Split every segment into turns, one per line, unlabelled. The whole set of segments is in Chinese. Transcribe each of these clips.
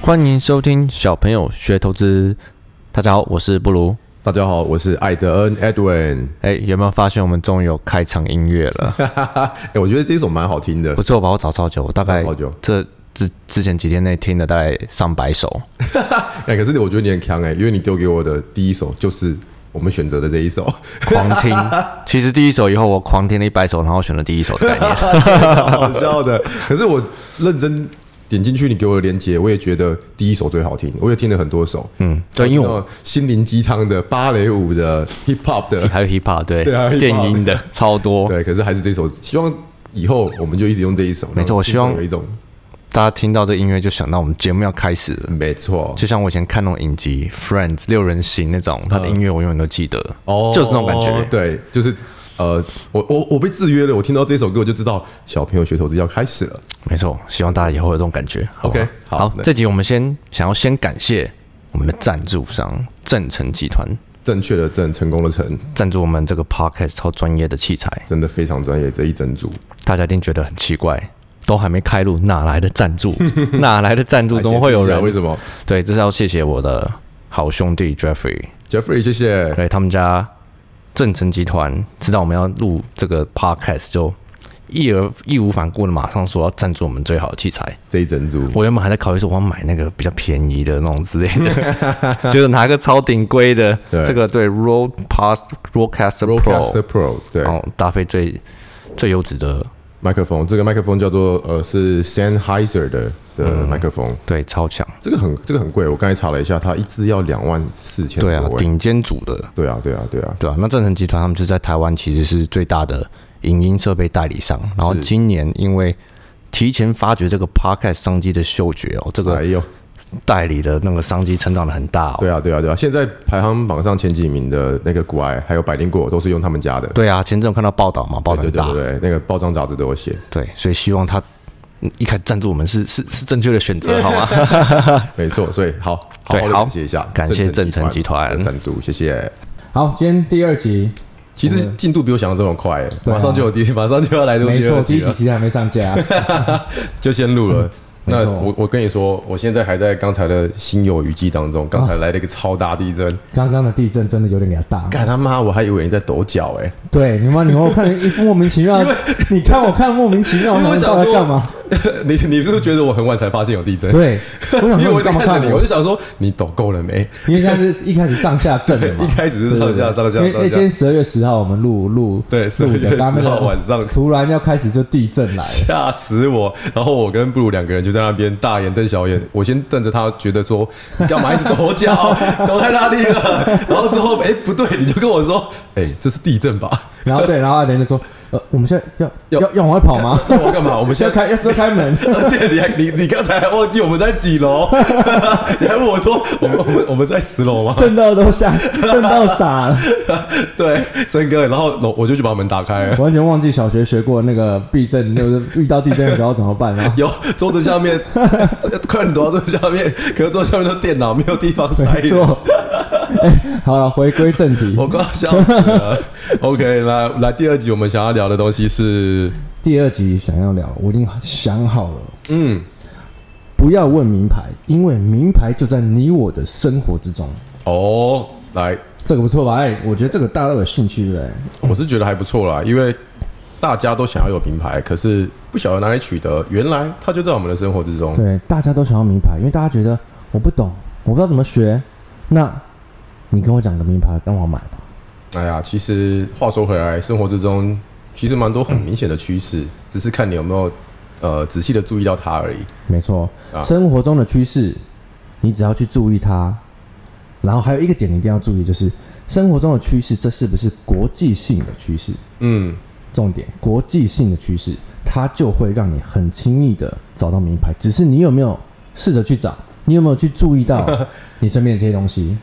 欢迎收听小朋友学投资。大家好，我是布鲁。
大家好，我是艾德恩 Edwin。
哎，有没有发现我们终于有开场音乐 了？
哎、我觉得这首蛮好听的
不，错吧？我找超久，我大概
找超久
这之之前几天内听了大概上百首。
哎、可是我觉得你很强哎、因为你丢给我的第一首就是我们选择的这一首，
狂听。其实第一首以后，我狂听了一百首，然后选了第一首的概 念。
好笑的。 可是我认真点进去你给我的链接，我也觉得第一首最好听，我也听了很多首，嗯，
对因为我
心灵鸡汤的、芭蕾舞的、hip hop 的，
还有 hip hop，对，
对啊，hip hop
电音的超多。
对，可是还是这首，希望。以后我们就一直用这一首，
没错我希望
有一种
大家听到这音乐就想到我们节目要开始了。
没错，
就像我以前看那种影集《Friends》六人行那种，他的音乐我永远都记得，
嗯哦
就是那种感觉。
对，就是呃，我我我被制约了，我听到这首歌我就知道小朋友学投资要开始了。
没错，希望大家也会有这种感觉。好不
OK，
好，
好那
这集我们先想要先感谢我们的赞助商正成集团
正确的正，成功的成，
赞助我们这个 podcast 超专业的器材，
真的非常专业。这一整组
大家一定觉得很奇怪，都还没开录，哪来的赞 助？哪来的赞助？怎么会有
来解释一下为
人？
什么
对，这是要谢谢我的好兄弟 Jeffrey，
？Jeffrey，谢谢。
对他们家正成集团知道我们要录这个 podcast 就。义而义无反顾的，马上说要赞助我们最好的器材，
这一整组，
我原本还在考虑说，我要买那个比较便宜的那种之类的， 就是拿个超顶规的，
对
这个对 Road Pass Roadcaster
Rodecaster
Pro，
Pro，对，
然后搭配最最优质的，
麦克风，这个麦克风叫做呃是 Sennheiser 的
嗯
的麦克风，
对，超强，
这个很这个很贵，我刚才查了一下，它一支要两万四千多
对啊
欸，，
顶尖组的，
对啊，对啊，对啊，
对啊。那正成集团他们就在台湾其实是最大的影音设备代理商，然后今年因为提前发掘这个 Podcast 商机的嗅觉哦，这
哎
个
呦，
代理的那个商机成长的很大哦。
对啊，对啊，对啊，现在排行榜上前几名的那个古埃还有百灵果都是用他们家的，
对啊，前阵有看到报道嘛，报道
哦对
很
对
大，
对对，那个报章杂志都有写，
对，所以希望他嗯一开始赞助我们是是是正确的选择，好吗？
没错，所以好好
对
好的
好
感谢一下，
感谢正成集团
的赞助，谢谢。
好，今天第二集，
其实进度比我想的这么快、
嗯
欸
对啊
马上就有第，马上就要来录
没
第
错，
二
第
集啊
一集
了，
其实还没上 架，啊
就先录了。
没
那
错
我我跟你说，我现在还在刚才的心有余悸当中，刚
啊
才来了一个超大地震，
刚刚的地震真的有点给它大。
干他妈，我还以为你在抖脚哎、
对，你妈，你我看你一副莫名其妙， 你看我看莫名其妙，
因为我
我
想
想到底
说
在干嘛？
你你是不是觉得我很晚才发现有地震？，
对，我想
因为我
说你
一直
干嘛
看着
看
你，我
我
就？想说你抖够了没？
因为现在是一开始上下震的嘛，
一开始是上下上下
因为因
上
为今
下
天，十二月十号我们录录
对，是
录的，刚刚
10
那
号
个
晚上
突然要开始就地震 来了，
吓死我！然后我跟布鲁两个人就在那边大眼瞪小眼，我先瞪着他，觉得说干嘛一直抖脚，抖太大力了。然后之后，哎、不对，你就跟我说，哎、这是地震吧？
然后对，然后阿莲就说：“呃，我们现在
要
要要要往外跑吗？
那 我干嘛？ 我们现
要
在看。
开要是要开 门。”
而且你还你你刚才还忘记我们在几楼？你还问我说我们我们我们在十楼吗？
震到都吓，震到傻了，
对，真哥，然后我我就去把门打开了。？
完全忘记小学学过那个地震，就是遇到地震的时候怎么办啊
有桌子下面， 快点躲到桌子下面，可是桌子下面的电脑没有地方 塞。
没错。 哎好了，回归正题，
我快要笑死了。OK，来来，第二集我们想要聊的东西是，
第二集想要聊，我已经想好了，
嗯，
不要问名牌，因为名牌就在你我的生活之中。
哦，来，
这个不错吧？哎，我觉得这个大家都有兴趣，对不对？
我是觉得还不错啦，因为大家都想要有品牌，可是不晓得哪里取得，原来它就在我们的生活之中。
对，大家都想要名牌，因为大家觉得我不懂，我不知道怎么学。那你跟我讲个名牌，让我买吧。
哎呀，其实话说回来，生活之中其实蛮多很明显的趋势，只是看你有没有呃仔细的注意到它而已。
没错
啊，
生活中的趋势，你只要去注意它。然后还有一个点你一定要注意，就是生活中的趋势，这是不是国际性的趋势？
嗯，
重点，国际性的趋势，它就会让你很轻易的找到名牌。只是你有没有试着去找？你有没有去注意到 你身边的这些东西？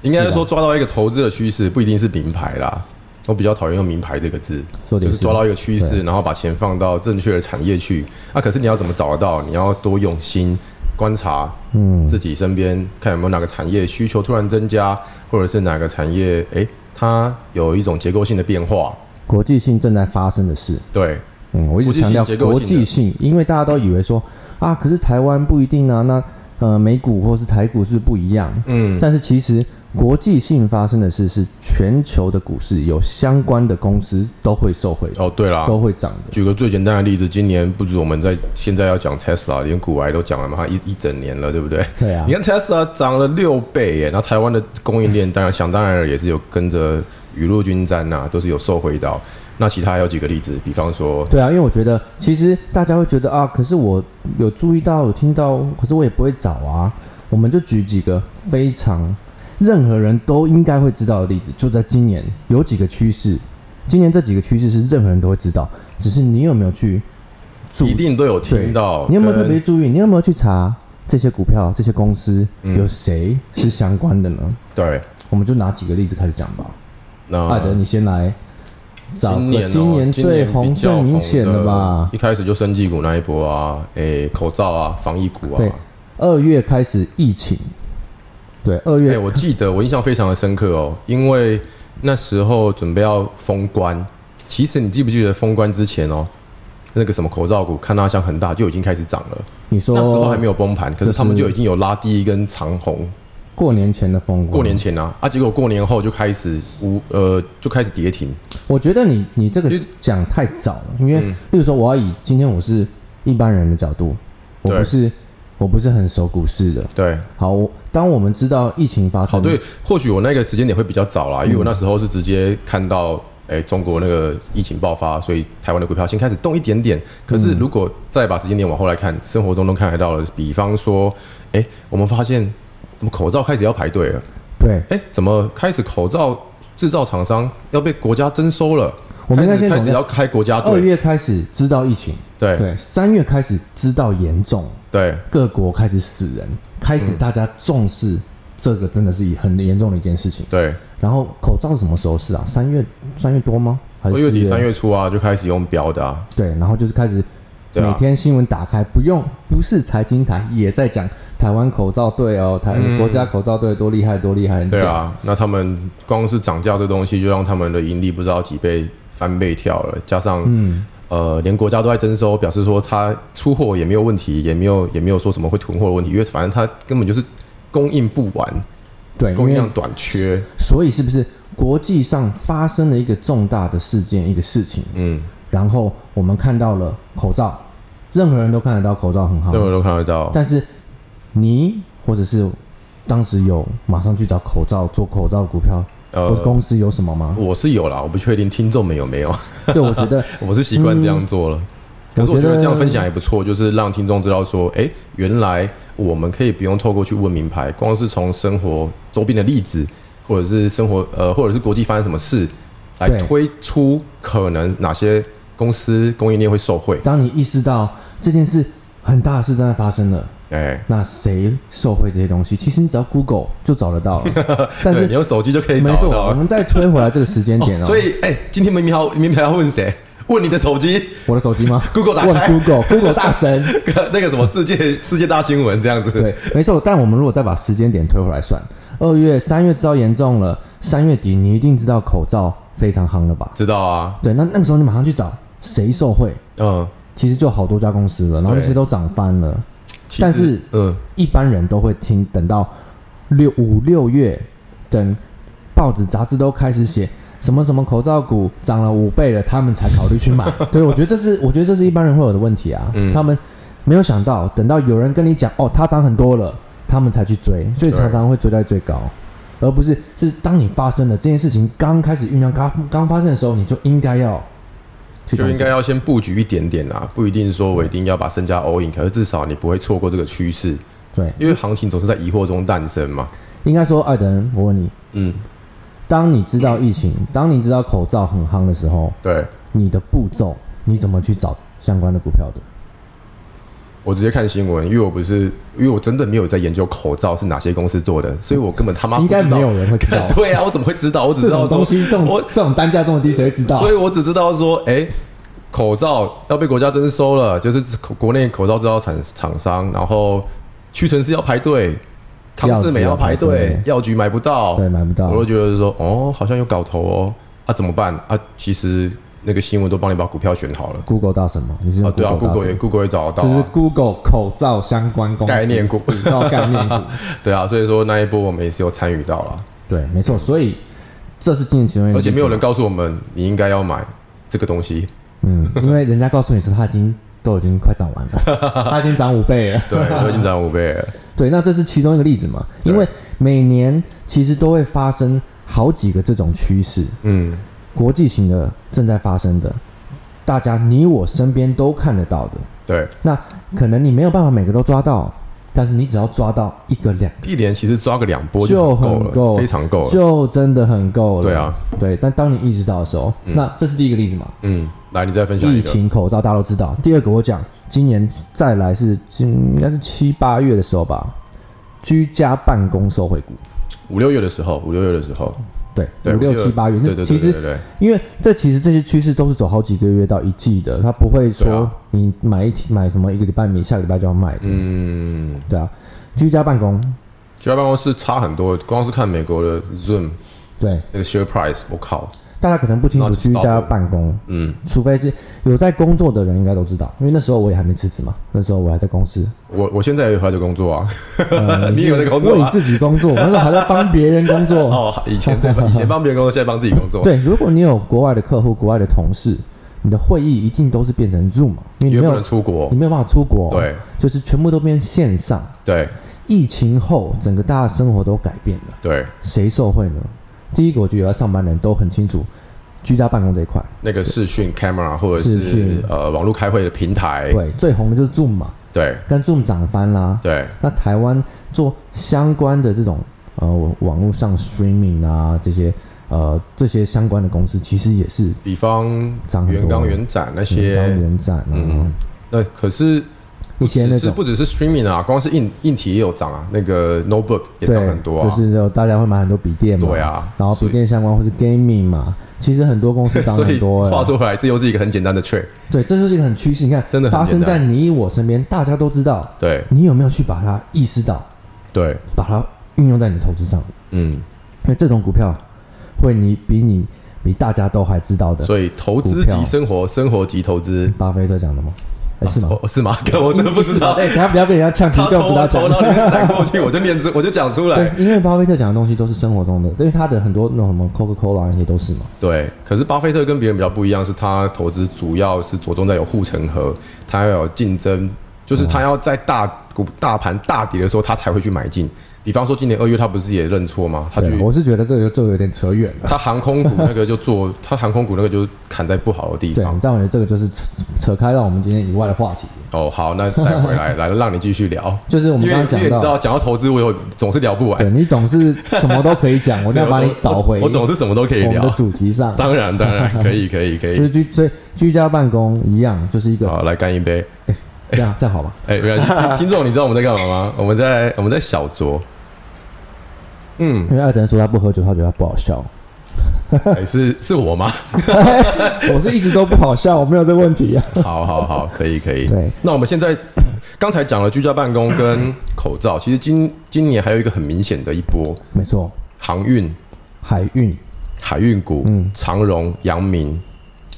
应该
是
是
啊
说抓到一个投资的趋势，不一定是名牌啦。我比较讨厌用“名牌”这个字，
说得
就
也
是
是
抓到一个趋势，然后把钱放到正确的产业去。啊，可是你要怎么找得到？你要多用心观察，嗯，自己身边看有没有哪个产业需求突然增加，或者是哪个产业诶，它有一种结构性的变化。
国际性正在发生的事。
对，
嗯，我一直强
国
调
际性结构性的
国际性，因为大家都以为说啊，可是台湾不一定啊，那呃美股或是台股是不一样，
嗯，
但是其实国际性发生的事是全球的股市有相关的公司都会受惠，
哦，对啦，
都会涨的。
举个最简单的例子，今年不止我们在现在要讲 Tesla，连股癌都讲了嘛，它一一整年了，对不对？
对啊
你，看 Tesla 涨了六倍耶，那台湾的供应链当然想当然了也是有跟着雨露均沾呐、都是有受惠到。那其他还有几个例子，比方说，
对啊，因为我觉得其实大家会觉得啊，可是我有注意到，有听到，可是我也不会找啊。我们就举几个非常任何人都应该会知道的例子，就在今年有几个趋势，今年这几个趋势是任何人都会知道，只是你有没有去注
一
意？
定都有听到，
你有没有特别
跟
注意？你有没有去查这些股票、这些公司
嗯
有谁是相关的呢？
对？
我们就拿几个例子开始讲吧。
那
艾德，你先来找
啊今年
个
哦
今年最红、
比较
最明显的吧
一。开始就生技股那一波啊，诶、口罩啊，防疫股啊。
对二月开始疫情，对，二
哎、
月
我记得我印象非常的深刻哦，因为那时候准备要封关，其实你记不记得封关之前哦，那个什么口罩股，看它像恒大就已经开始涨了，
你说
那时候还没有崩盘，可是他们
就是嗯
就已经有拉第一根长红，
过年前的风光，
过年前啊，啊，结果过年后就开始无呃就开始跌停，
我觉得你你这个
因为
讲太早了，因为
嗯
例如说，我要以今天我是一般人的角度，我
对
不是我不是很熟股市的。
对，
好，我当我们知道疫情发
好，
生，
对，或许我那个时间点会比较早
嗯
啦，因为我那时候是直接看到，哎、中国那个疫情爆发，所以台湾的股票先开始动一点点。可
嗯
是如果再把时间点往后来看，生活中都看得到了，比方说，哎、我们发现怎么口罩开始要排队了，
对，
哎、怎么开始口罩制造厂商要被国家征收了？
我们应该
开始
先
开
总
始
结
要。开国家
二
队，
月开始知道疫情，
对
对，三月开始知道严重，
对
各国开始死人，开
嗯
始大家重视这个，真的是很严重的一件事情。
对，
然后口罩是什么时候是啊？三月三月多吗？还是
二月底
四
三？月初啊就开始用标的啊，
对，然后就是开始
对啊
每天新闻打开，不用不是财经台也在讲台湾口罩队哦，台、
嗯
国家口罩队多厉害多厉害，很
对
屌，
啊，那他们光是涨价这东西，就让他们的盈利不知道几倍翻倍跳了，加上、
嗯，
呃，连国家都在征收，表示说他出货也没有问题，也没有也没有说什么会囤货的问题，因为反正他根本就是供应不完，
对，因
供应量
为
短缺，
所以是不是国际上发生了一个重大的事件一个事情，
嗯，
然后我们看到了口罩，任何人都看得到口罩很好
任，何都看得到，
但是你或者是当时有马上去找口罩做口罩股票。
呃
或是公司有什么吗？
我是有啦，我不确定听众们有没有，
对，我觉得，
我是习惯这样做了。可是我
我
觉
觉
得
得
这样分享也不错，就是让听众知道说，哎、原来我们可以不用透过去问名牌，光是从生活周边的例子，或者是生活呃，或者是国际发生什么事，来
对
推出可能哪些公司供应链会受惠。
当你意识到这件事很大的事正在发生了，
哎、
那谁受惠这些东西？其实你只要 Google 就找得到 了。但
对，
是
你用手机就可以找
没
得
错，
到
我
了。
们再推回来这个时间点哦。
所以，哎、今天明明要明明要问谁？问你的手机
我的手机吗
Google 打
问
开
Google，Google 大神。
那个什么世界世界大新闻这样子。
对，没错。但我们如果再把时间点推回来算，二月、三月知道严重了，三月底你一定知道口罩非常夯了吧？
知道啊，
对，那那个时候你马上去找谁受惠，
嗯，
其实就好多家公司了，然后那
对
些都涨翻了。
其实
但是
嗯。
一般人都会听，等到六五六月，等报纸杂志都开始写什么什么口罩股涨了五倍了，他们才考虑 去买。对，我觉得这是我觉得这是一般人会有的问题啊，
嗯
他们没有想到，等到有人跟你讲哦，它涨很多了，他们才去追，所以
对
常常会追在最高。而不是是当你发生了这件事情刚开始酝酿、刚刚发生的时候，你就应该要去
就
动
应该
作
要先布局一点点啦，不一定说我一定要把身家 all in，可是至少你不会错过这个趋势，
对，
因为行情总是在疑惑中诞生嘛。
应该说，艾登，我问你，
嗯，
当你知道疫情，当你知道口罩很夯的时候，
对
你的步骤，你怎么去找相关的股票的？
我直接看新闻，因为我不是，因为我真的没有在研究口罩是哪些公司做的，所以我根本他妈
应该
不知道。
没有。人会知道
对啊，我怎么会知道？我只
这
知道
种
说
东，西，这种
我
这种单价这么低，谁会知道？
所以我只知道说，哎、口罩要被国家征收了，就是口国内口罩制造厂厂商，然后屈臣氏要排队，康士美要排
药局要
队
排队，
药局买不到，
对买不到
我。就觉得说，哦，好像有搞头哦，啊，怎么办啊？其实那个新闻都帮你把股票选好了。
Google 大神嘛，你是
啊，
用
对啊
嗯 Google 大
，Google 也
神，
Google 也找得
是
到、
不是
啊，
Google 口罩相关公司
概念股
口罩概 念股？
对啊，所以说那一波我们也是有参与到了，
对，没错，所以这是今年其中一个，
而且没有人，告诉我们你应该要买这个东西，
嗯，因为人家告诉你是他已经都已经快涨完了， 他已经涨五倍了。
对，都已经涨五倍了，
对，那这是其中一个例子嘛，
对
因为每年其实都会发生好几个这种趋势，
嗯，
国际型的正在发生的，大家你我身边都看得到的。
对，
那可能你没有办法每个都抓到，但是你只要抓到一个两个，
一连其实抓个两波
就
很够
很
了，
够
非常够了，
就真的很够了。
对啊，
对。但当你意识到的时候，那这是第一个例子嘛？
嗯，来你再分享一
疫
个，
情口罩大家都知道。第二个我讲，今年再来是今应该是七八月的时候吧，居家办公受惠股。
五六月的时候，五六月的时候，
对，
对，
五
我
六
记得
七八月，
对
那
对
其
对对
实
对对，
因为这其实这些趋势都是走好几个月到一季的，它不会
对
说
啊
你买一买什么一个礼拜，你下个礼拜就要卖的，
嗯，
对啊。居家办公，
居家办公室差很多，光是看美国的 Zoom
对，
那个 share price，我靠，
大家可能不清
那
楚
就知
居
道
家
了
办公，
嗯，
除非是有在工作的人应该都知道，因为那时候我也还没辞职嘛，那时候我还在 公司，
我我现在也还在工作啊，
呃、
你
是
也有在工作
为
啊
你自己工作，我那时候还在帮别人工作。
哦，以前对吧？以前帮别人工作，现在帮自己工作，
对，如果你有国外的客户、国外的同事，你的会议一定都是变成 Zoom，嘛因为
因
你
为
没
不
有
能出国
你，没有办法出国，，
对
就是全部都变线上。
对
疫情后，整个大家生活都改变了，
对，
谁受惠呢？第一个，我觉得有在上班的人都很清楚，居家办公这一块，
那个视讯 camera 或者
视讯
是呃网络开会的平台，
对，最红的就是 Zoom 嘛，
对
跟 Zoom 涨翻啦、
对
那台湾做相关的这种呃网络上 streaming 啊这些呃这些相关的公司，其实也是
比方
涨很多
原刚原展那
当
些，
元展啊，
嗯那可是
一些那
只是
种
不只是 streaming 啊，光是硬硬体也有涨啊，那个 notebook 也涨
对
很，多啊，
就是有大家会买很多笔电嘛，
对啊
然后笔
所以
电相关或是 gaming 嘛，其实很多公司 涨
所
很
以
多、
话
欸，
说回来，这又是一个很简单的 trick，
对，这就是一个很趋势，你看
真的很
发生
简
在
单
你我身边，大家都知道，
对
你有没有去把它意识到，
对，
把它运用在你的投资上？
嗯，
因为这种股票会你比你比大家都还知道的，
所以投
股
资
票
及生活，生活及投资，
巴菲特讲的吗？哎、是吗？
哦是吗？ 哥我真的不知道，
哎、等下不要被人家呛，
他
你更
从
不要
我
讲
头。脑里面闪过去，我就念出，我就讲出
对
来。，
因为巴菲特讲的东西都是生活中的，因为他的很多那种什么 Coca Cola 那些都是嘛。
对，可是巴菲特跟别人比较不一样，是他投资主要是着重在有护城河，他要有竞争，就是他要在大股大盘大跌的时候，他才会去买进。比方说今年二月，他不是也认错吗？他
对，
去
我是觉得这个就有点扯远了。
他航空股那个就做，他航空股那个就是砍在不好的地
对
方。，
但我觉得这个就是扯扯开到我们今天以外的话题，
哦，好，那带回 来，来让你继续聊。
就是我们
因为
刚刚
因为
讲
你知道，
到，
讲到投资，我有总是聊不完
对。你总是什么都可以讲，我一定
对
要把你导回
我我总是什么都可以
我们的
聊。
主题上。
当然，当 然可以，可以，可
就
以
是。居所以居家办公一样，就是一个
好，来干一杯。
这样这样好吧？
哎、没关系， 听听众，你知道我们在干嘛吗？我们在我们在小酌，嗯，
因为二等说他不喝酒，他觉得他不好笑。
哎是是我吗？
我是一直都不好笑，我没有这个问题啊。
好好好，可以可以。
对，
那我们现在刚才讲了居家办公跟口罩，其实今今年还有一个很明显的一波
没错，
航运、
海运
海运股，
嗯
长荣、阳明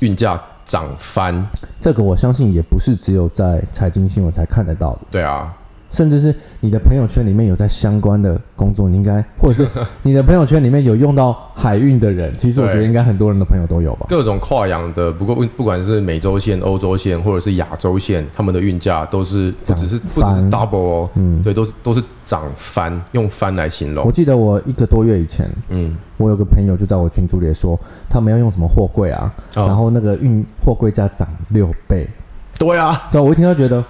运价涨翻，
这个我相信也不是只有在财经新闻才看得到的，
对啊，
甚至是你的朋友圈里面有在相关的工作，你应该或 者是你的朋友圈里面有用到海运的人，其实我觉得
对
应该很多人的朋友都有吧。
各种跨洋的，不过不不管是美洲线、欧洲线或者是亚洲线，他们的运价都是不只是不
涨
只是
翻
double 哦，
嗯
对，都是都是涨翻，用翻来形容
我。记得我一个多月以前，
嗯，
我有个朋友就在我群组里说，他们要用什么货柜啊，
哦
然后那个运货柜价涨六倍，
对啊，
对我一听就觉得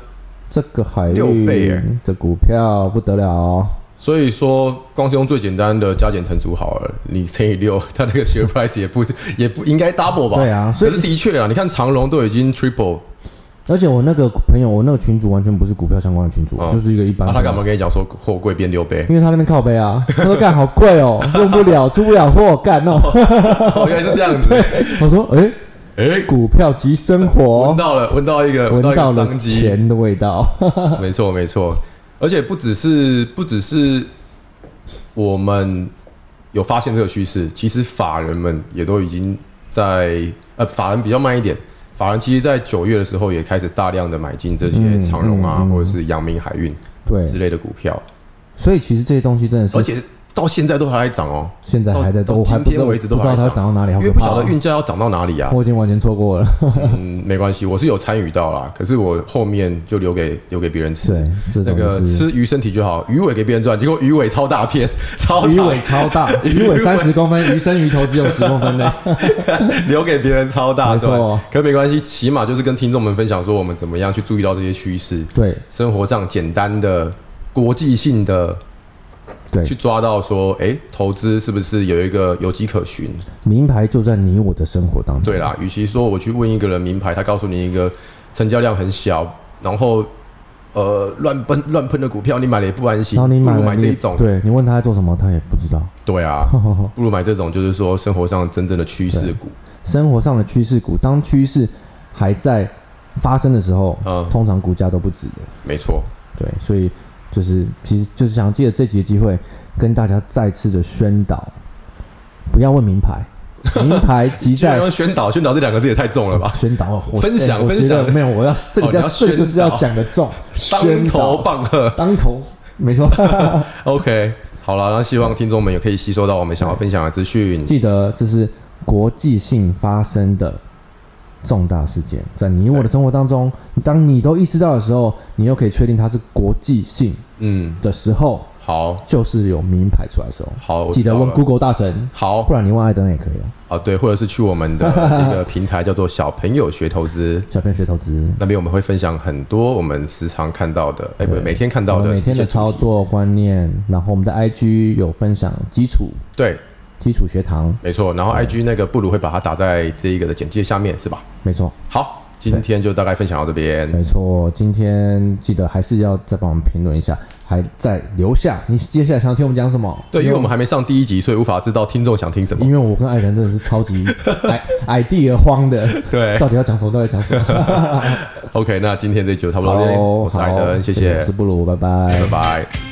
这个海
六倍耶
运的股票不得了哦、
所以说光是用最简单的加减乘除好了，你乘以六， 它那个 share price 也不是也不应该 double 吧？
对啊
所
所以
以是的确啊，你看长隆都已经 triple，
而且我那个朋友，我那个群主完全不是股票相关的群主，
哦
就是一个一般
啊，
的。
他干嘛跟你讲说货柜变六 倍？
因为他那边靠背啊，他说干好贵哦，用不了，出不了货，干哦。
哦，原来是这样子。
我说哎、
哎，
股票及生活
闻，到了，闻到一个，
闻
闻到
到
一个商
了
机。
钱的味道。
没错，没错，而且不只是不只是我们有发现这个趋势，其实法人们也都已经在呃法人比较慢一点，法人其实在九月的时候也开始大量的买进这些
嗯
长荣啊，
嗯嗯
或者是阳明海运
对
之，类的股票，
所以其实这些东西真的
而
是
且到现在都还在涨哦，
现在还在
到
都，我还不
今
知
天
道
为止都
不知道
还
它
在
涨到哪里，好
因为
可
不
怕
晓
哦
得运价要涨到哪里啊。
我已经完全错过了。
嗯，没关系，我是有参与到啦，可是我后面就留给留给别人吃。
对，这
那
种
个
是
吃鱼身体就好，鱼尾给别人赚，结果鱼尾超大片， 超
鱼
大
尾超 大，
鱼
鱼
尾
尾三十公分，鱼身鱼头只有十公分的。
留给别人超大
没错
赚。可没关系，起码就是跟听众们分享说我们怎么样去注意到这些趋势，
对
生活上简单的、国际性的
对
去，抓到说，哎、投资是不是有一个有迹可循？
名牌就在你我的生活当中。
对啦，与其说我去问一个人名牌，他告诉你一个成交量很小，然后呃乱喷乱喷的股票，你买了也不安心，
然后你买
不
了
如买这
你
一
也
种。
对你问他在做什么，他也不知道。
对啊，不如买这种，就是说生活上真正的趋势股。
生活上的趋势股，当趋势还在发生的时候，
嗯，
通常股价都不止的。
没错，
对，所以就是其实就是想借着这集的机会，跟大家再次的宣导，不要问名牌，名牌即
居然
在
用宣导，宣导这两个字也太重了吧？
宣导我
分享
哎我
分
觉得
享
没有，我要这
哦
个
你要
叫这个就是
宣
要
导
讲的重，
当
宣
头
导
棒喝。
当头，没错。
OK，好了，那希望听众们也可以吸收到我们想要分享的资讯。
记得这是国际性发生的重大事件，在你我的生活当中，当你都意识到的时候，你又可以确定它是国际性
嗯，
的时候，
好，
就是有名牌出来的时候。
好，我
记得
知道
问
了
Google 大神，
好
不然你问艾登也可以了。
啊，对，或者是去我们的一个平台叫做“小朋友学投资
小编学投资”，，
那边我们会分享很多我们时常看到的，哎，不，
对
每天看
我
到
们
的
每天的
一些主题
操，作观念，然后我们的 IG 有分享基础
对，
基础学堂，
没错。然后 IG 那个布鲁会把它打在这一个的简介下面，是吧？
没错。
好，今天就大概分享到这边。
没错，今天记得还是要再帮我们评论一下，还再留下你接下来想听我们讲什么？
对，因为我们还没上第一集，所以无法知道听众想听什么
因。为我跟艾伦真的是 超级 i idea 慌的，
对
到底要讲什么？到底讲什么？
，OK，那今天这集就差不多到这边。
好，
我是艾登，谢谢
我，是布鲁，拜拜
拜拜。